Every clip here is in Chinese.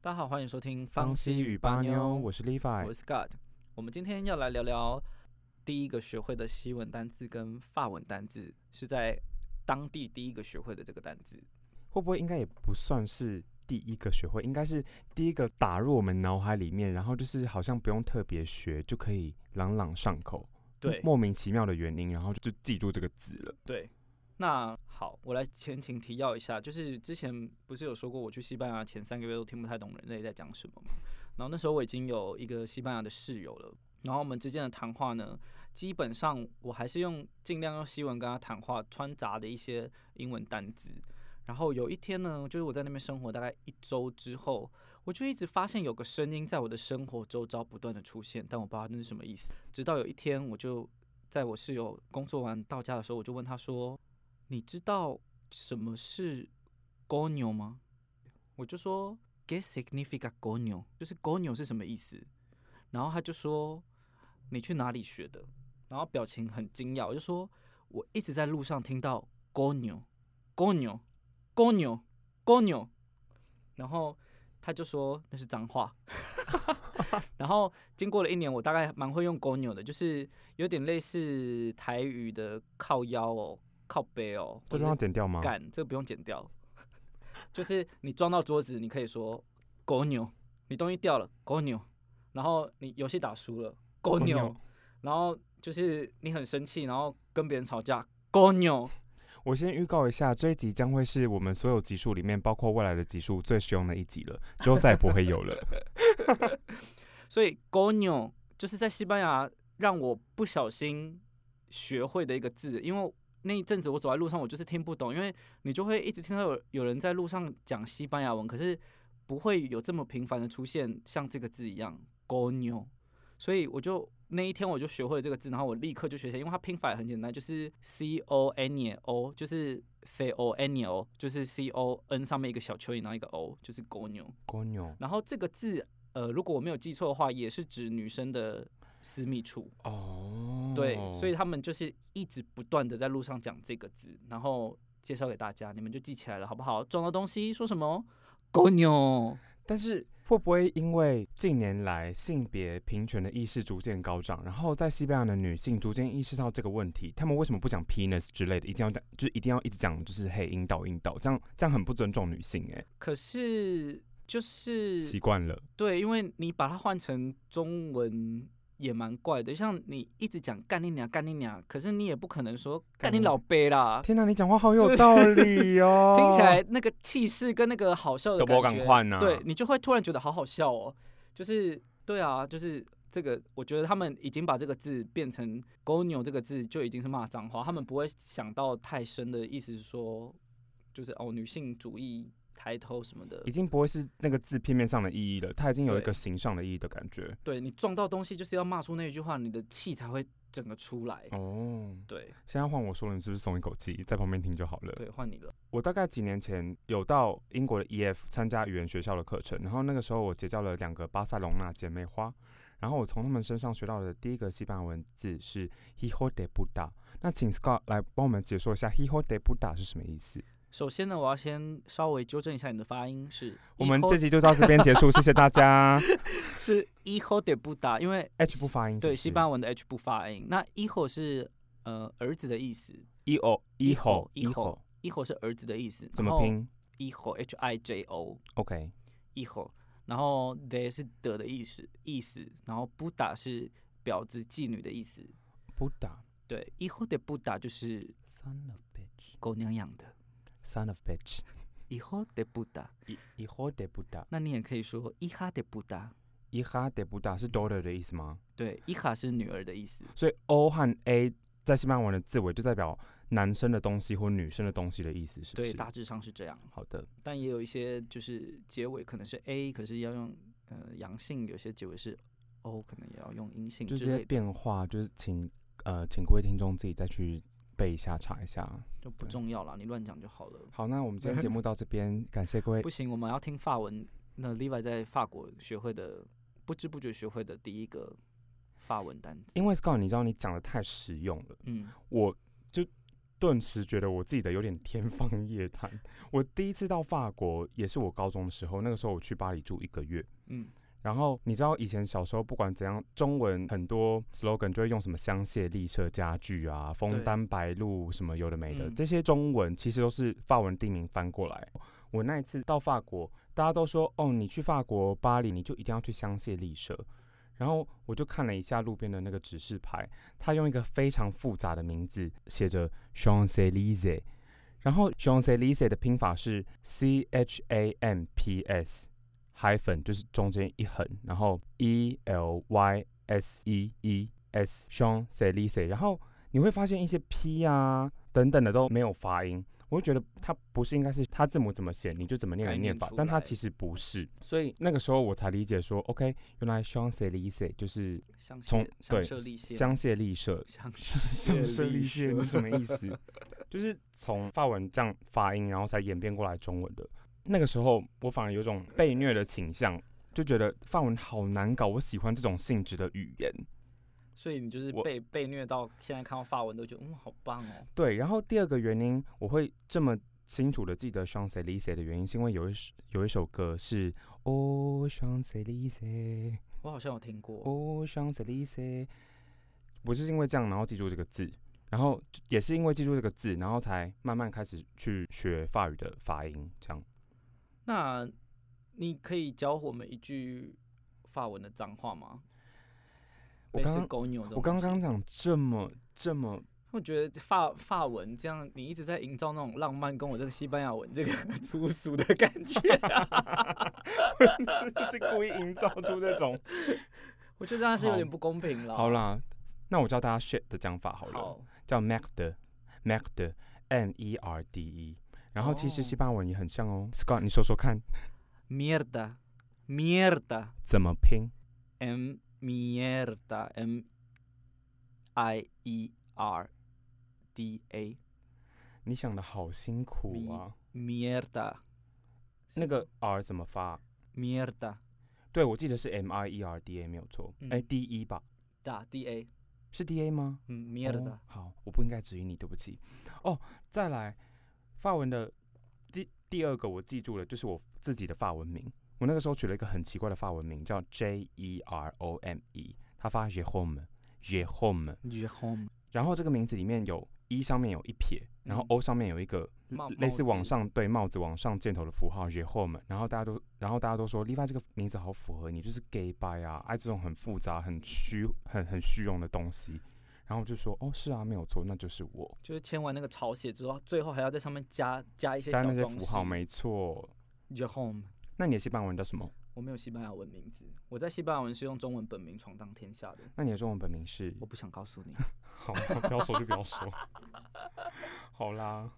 大家好，欢迎收听方西与巴妞，我我是 Levi 我。是 Scott。我们今天要来聊聊第一个学会的西文单字跟法文单字，是在当地第一个学会的这个单字。会不会应该也不算是第一个学会，应该是第一个打入我们脑海里面，然后就是好像不用特别学就可以朗朗上口。对莫名其妙的原因，然后就记住这个字了。对，那好，我来前情提要一下，就是之前不是有说过我去西班牙前三个月都听不太懂人类在讲什么吗？然后那时候我已经有一个西班牙的室友了，然后我们之间的谈话呢，基本上我还是用尽量用西文跟他谈话，穿杂的一些英文单词。然后有一天呢，就是我在那边生活大概一周之后，我就一直发现有个声音在我的生活周遭不断的出现，但我不知道那是什么意思。直到有一天，我就在我室友工作完到家的时候，我就问他说：“你知道什么是 “gonio” 吗？”我就说 “¿Qué significa gonio？” 就是 “gonio” 是什么意思？然后他就说：“你去哪里学的？”然后表情很惊讶，我就说：“我一直在路上听到 gonio，gonio，gonio，gonio。”然后他就说那是脏话。 然后经过了一年，我大概蛮会用 gonio 的，就是有点类似台语的靠腰哦、靠背哦，这或者段要剪掉吗？干，这个不用剪掉。就是你撞到桌子，你可以说“狗牛”，你东西掉了“狗牛”，然后你游戏打输了“狗狗牛牛”，然后就是你很生气，然后跟别人吵架“狗牛我先预告一下，这一集将会是我们所有集数里面，包括未来的集数最凶的一集了，之后再也不会有 了。”。所以“狗牛”就是在西班牙让我不小心学会的一个字，因为。那一阵子我走在路上，我就是听不懂，因为你就会一直听到有有人在路上讲西班牙文，可是不会有这么频繁的出现像这个字一样“狗牛”，所以我就那一天我就学会了这个字，然后我立刻就学起来，因为它拼法也很简单，就是 c o n e o，就是 c o n e o，就是 c o n 上面一个小蚯蚓，然后一个 o，就是狗牛。公牛然后这个字，呃，如果我没有记错的话，也是指女生的私密处。哦，对，所以他们就是一直不断的在路上讲这个字，然后介绍给大家，你们就记起来了，好不好？撞到东西说什么？狗牛。但是会不会因为近年来性别平权的意识逐渐高涨，然后在西班牙的女性逐渐意识到这个问题，她们为什么不讲 penis 之类的，一定要讲，就是一定要一直讲，就是嘿阴道阴道，这样这样很不尊重女性哎、可是就是习惯了，对，因为你把它换成中文也蛮怪的，像你一直讲干你娘干你娘，可是你也不可能说干干你你老杯 啦，天哪、你讲话好就有啊是道理 哦，听起来那个气势跟那个好笑的都不感敢觉，换啊对你就会突然觉得好好笑哦，就是对啊，就是。这个我觉得他们已经把这个字变成“狗牛”这个字就已经是骂脏话，他们不会想到太深的意思是说，哦就是哦女性主义抬头什么的已。经不会是那个字片面上的意义了，它已经有一对个形上的意义的感觉对你撞到东西就是要骂出那一句话，你的气才会整个出来。哦。对现在换我说了，你是不是松一口气，在旁边听就好了？对，换你了。我大概几年前有到英国的 EF 参加语言学校的课程，然后那个时候我结交了两个巴塞隆纳姐妹花，然后我从她们身上学到的第一个西班牙文字是 hijo de puta。那请 Scott 来帮我们解说一下 hijo de puta 是什么意思。首先呢，我要先稍微纠正一下你的发音是我们 hijo- 这集就到这边结束，谢谢大 家。是 hijo de puta，因为 H 不发音是不是，对西班牙文的 h 不发音。那 hijo 是呃儿子的意思 hijo hijo hijo hijo ，hijo 是儿子的意思。怎么？拼？hijo h i j o ？OK， hijo，然后 de 是的的意思意思，然后 puta 是婊子妓女的意思。 puta 对，hijo de puta 就是 son of bitch 狗娘养的 son of bitch hijo de puta。 hi- hijo de puta 那你也可以说 hija de puta。 hija de puta 是 daughter 的意思吗？对，hija 是女儿的意思。所以 O 和 A 在西班牙文的字尾就代表男生的东西或女生的东西的意思，是不对，是？大致上是这样，好的，但也有一些就是结尾可能是 a，可是要用呃阳性，有些结尾是 o，可能也要用阴性就之这些类的，变化，就是请呃，请各位听众自己再去背一下、查一下。就不对重要啦，你乱讲就好了。好，那我们今天节 目到这边，感谢各位不。行，我们要听法文。那 Levi 在法国学会的，不知不觉学会的第一个法文单词，因为 Scott，你知道你讲的太实用了，嗯，我就顿时觉得我自己的有点天方夜谭。我第一次到法国也是我高中的时候，那个时候我去巴黎住一个月，嗯，然后你知道以前小时候不管怎样，中文很多 slogan 就会用什么香榭丽舍家具啊、枫丹白露什么有的没的，嗯这些中文其实都是法文地名翻过来。我那一次到法国，大家都说哦，你去法国巴黎你就一定要去香榭丽舍。然后我就看了一下路边的那个指示牌，它用一个非常复杂的名字写着 Champs Elysees，然后 Champs Elysees 的拼法是 C H A M P S hyphen 就是中间一横，然后 E L Y S E E S Champs Elysees，然后你会发现一些 P 啊等等的都没有发音，我就觉得它不是应该是它字母怎么写你就怎么念来该念念法出，但它来其实不是，所以那个时候我才理解说，OK，原来 Champs Elysees 就是香榭从香对榭丽榭香榭丽舍，香 香榭榭丽丽舍舍是什么意思？就是从法文这样发音，然后才演变过来中文的。那个时候，我反而有种被虐的倾向，就觉得法文好难搞。我喜欢这种性质的语言。 所以你就是我被被虐到现在看到法文都觉得嗯好棒哦，对，然后第二个原因，我会这么清楚的记得 Champs Elysees 的原因，是因为有一首有一首歌是 Oh Champs Elysees。我好像有听过，哦，香榭丽舍，我就是因为这样，然后记住这个字，然后就也是因为记住这个字，然后才慢慢开始去学法语的发音，这样。那你可以教我们一句法文的脏话吗？我刚类似刚狗扭这种我刚东刚西，讲这么这么， 我觉得法法文这样，你一直在营造那种浪漫，跟我这个西班牙文这个 粗俗的感觉、啊就是故意营造出 这种。 我觉得这样是有点好不公平了。好，啦，那我教大家 shit 的讲法好了，好，叫 merde merde m e r d e。然后其实哦西班牙文也很像哦，Scott，你说说看 mierda mierda 怎么拼？ m mierda m i e r d a 你想的好辛苦咪啊。 mierda 那个 r 怎么发啊、 mierda 对，我记得是 M I E R D A 没有错，哎、嗯 D E 吧， da d a 是 D A 吗？嗯 mierda、哦好，我不应该质疑你，对不起。哦，再来，法文的第第二个我记住了，就是我自己的法文名。我那个时候取了一个很奇怪的法文名，叫 J E R O M E，它发 Jerome，Jerome。 j e h o m 然后这个名字里面有 E 上面有一撇，然后嗯 O 上面有一个帽类似帽往子上对帽子往上箭头的符号 Jerome，然后大家都然后大家都说 Levi 这个名字好符合你，就是 gay by 啊，爱这种很复杂、很虚、很很虚荣的东西。然后我就说哦，是啊，没有错，那就是我就是签完那个朝写之后，最后还要在上面加加一些加小那些东符西。号，没错。 j e h o m 那你的西班牙文叫什么？我没有西班牙文名字，我在西班牙文是用中文本名闯荡天下的。那你的中文本名是我？不想告诉 你。好，不要说就不要 说。好啦，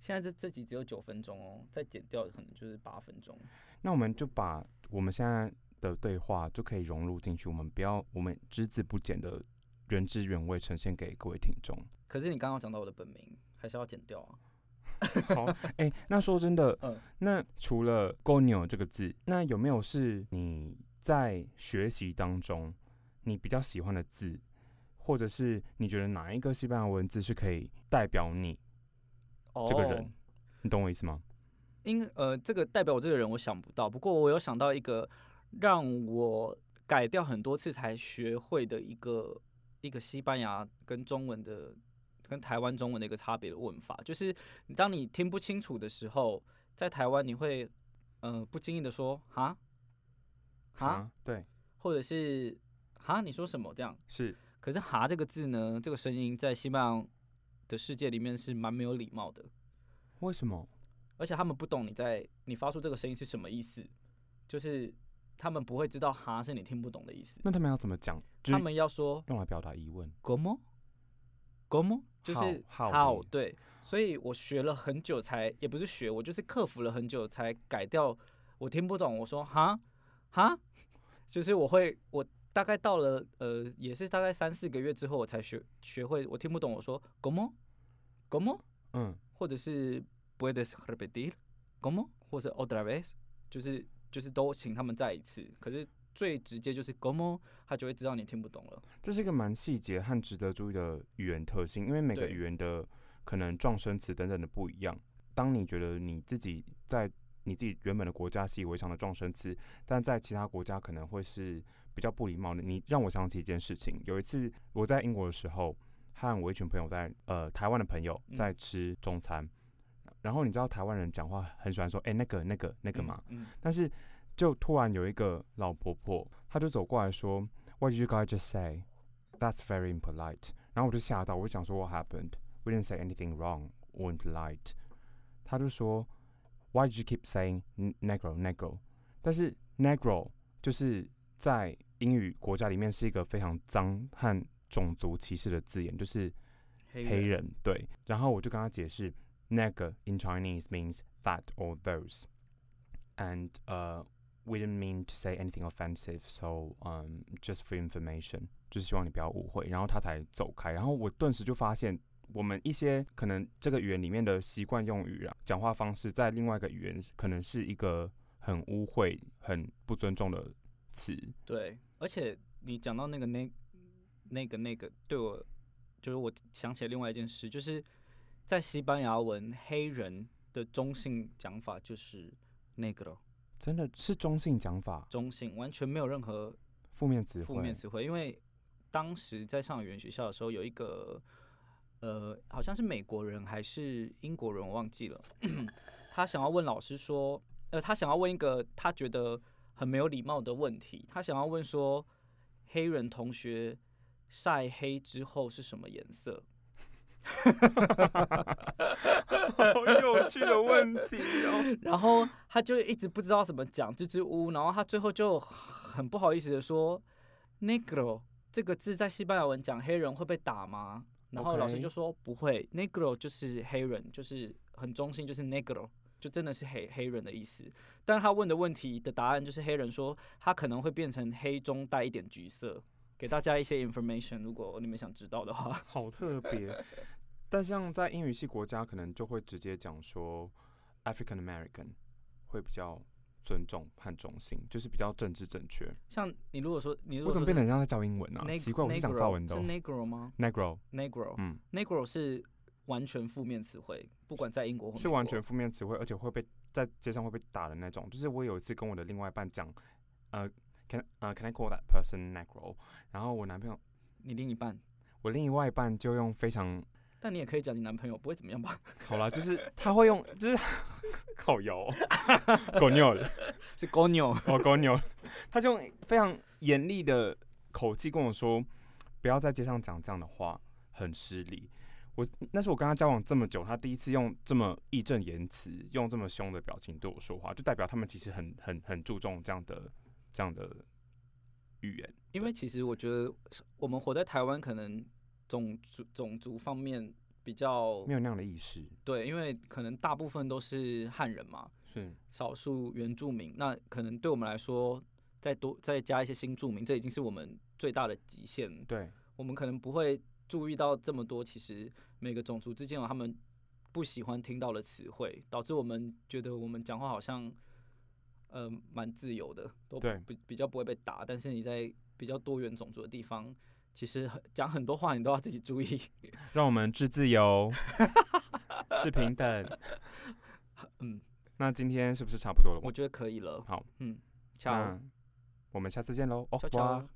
现在这这集只有九分钟哦，再剪掉可能就是八分钟。那我们就把我们现在的对话就可以融入进去，我们不要我们只字不减的原汁原味呈现给各位听众。可是你刚刚讲到我的本名，还是要剪掉啊？好，哎、那说真的，嗯那除了 “gonio” 这个字，那有没有是你在学习当中你比较喜欢的字，或者是你觉得哪一个西班牙文字是可以代表你？哦这个人你懂我意思吗？应呃，这个代表我这个人我想不到，不过我有想到一个让我改掉很多次才学会的一个一个西班牙跟中文的跟台湾中文的一个差别的问法，就是你当你听不清楚的时候，在台湾你会呃不经意的说哈哈，，对，或者是哈你说什么这样，是可是“哈”这个字呢，这个声音在西班牙的世界里面是蛮没有礼貌的，为什么？而且他们不懂你在你发出这个声音是什么意思，就是他们不会知道“哈”是你听不懂的意思，那他们要怎么讲？就他是们要说用来表达疑问。 “国么国么”，就是 How- how 而已对，所以我学了很久才，也不是学，我就是克服了很久才改掉我听不懂，我说“哈哈”， 就是我会我。大概到了呃，也是大概三四个月之后，我才学学会我听不懂，我说 “como como”，嗯，或者是 puedes repetir como 或者 otra vez，就是就是都请他们再一次。可是最直接就是 como，他就会知道你听不懂了。这是一个蛮细节和值得注意的语言特性，因为每个对语言的可能撞声词等等的不一样。当你觉得你自己在你自己原本的国家习以为常的撞声词，但在其他国家可能会是比较不礼貌的。你让我想起一件事情，有一次我在英国的时候，和我一群朋友在呃台湾的朋友嗯在吃中餐，然后你知道台湾人讲话很喜欢说哎、那个那个那个嘛，嗯？但是就突然有一个老婆婆，她就走过来说，What did you guys just say? That's very impolite。然后我就吓到，我就想说 What happened? We didn't say anything wrong or impolite。她就说，Why did you keep saying n- negro negro？但是 negro 就是在英语国家里面是一个非常脏和种族歧视的字眼，就是黑黑人对。然后我就跟他解释，那个 in Chinese means that or those, and uh, we didn't mean to say anything offensive, so um, just for information，就是希望你不要误会。然后他才走开。然后我顿时就发现。我们一些可能这个语言里面的习惯用语啊，讲话方式，在另外一个语言可能是一个很污秽、很不尊重的词。对，而且你讲到那个那那个那个，对我就是我想起了另外一件事，就是在西班牙文黑人的中性讲法就是 negro，真的是中性讲法，中性完全没有任何负面词负汇。面词汇，因为当时在上语言学校的时候，有一个呃，好像是美国人还是英国人，我忘记了。 他想要问老师说，呃，他想要问一个他觉得很没有礼貌的问题，他想要问说，黑人同学晒黑之后是什么颜色？ 好有趣的问题哦！然后他就一直不知道怎么讲支支吾吾，然后他最后就很不好意思的说，negro 这个字在西班牙文讲黑人会被打吗？然后老师 OK 就说不会，negro 就是黑人，就是很中性，就是 negro，就真的是黑黑人的意思。但他问的问题的答案就是黑人说他可能会变成黑中带一点橘色，给大家一些 information，如果你们想知道的话。 好特别。但像在英语系国家，可能就会直接讲说 African American 会比较尊重和中性，就是比较政治正确。像你如果说你如我果怎说么变得很像在教英文啊？ neg- 奇怪，我是讲法文的、 negro，哦哦。是 negro 吗 Negro， ？negro，嗯， Negro 是完全负面词汇，不管在英国或是美国完全负面词汇，而且会被在街上会被打的那种。就是我有一次跟我的另外一半讲，呃，Can 呃 Can I call that person Negro？然后我男朋友，你另一半，我另外一半就用非常但你也可以讲你男朋友不会怎么样 吧？好啦，就是他会用，就是 靠腰，哦狗尿了，是狗牛，哦狗尿，他就用非常严厉的口气跟我说，不要在街上讲这样的话，很失礼。我那是我跟他交往这么久，他第一次用这么义正言辞、用这么凶的表情对我说话，就代表他们其实很很很注重这样的这样的语言。因为其实我觉得我们活在台湾，可能种族种族方面比较没有那样的意识。对，因为可能大部分都是汉人嘛，是，少数原住民，那可能对我们来说，再多再加一些新住民，这已经是我们最大的极限。对，我们可能不会注意到这么多，其实每个种族之间有他们不喜欢听到的词汇，导致我们觉得我们讲话好像呃蛮自由的，都对不比较不会被打。但是你在比较多元种族的地方，其实很讲很多话你都要自己注意。让我们致自由，致平等。嗯，那今天是不是差不多了？我觉得可以了。好，嗯，下那我们下次见喽，哦悄，哇悄。。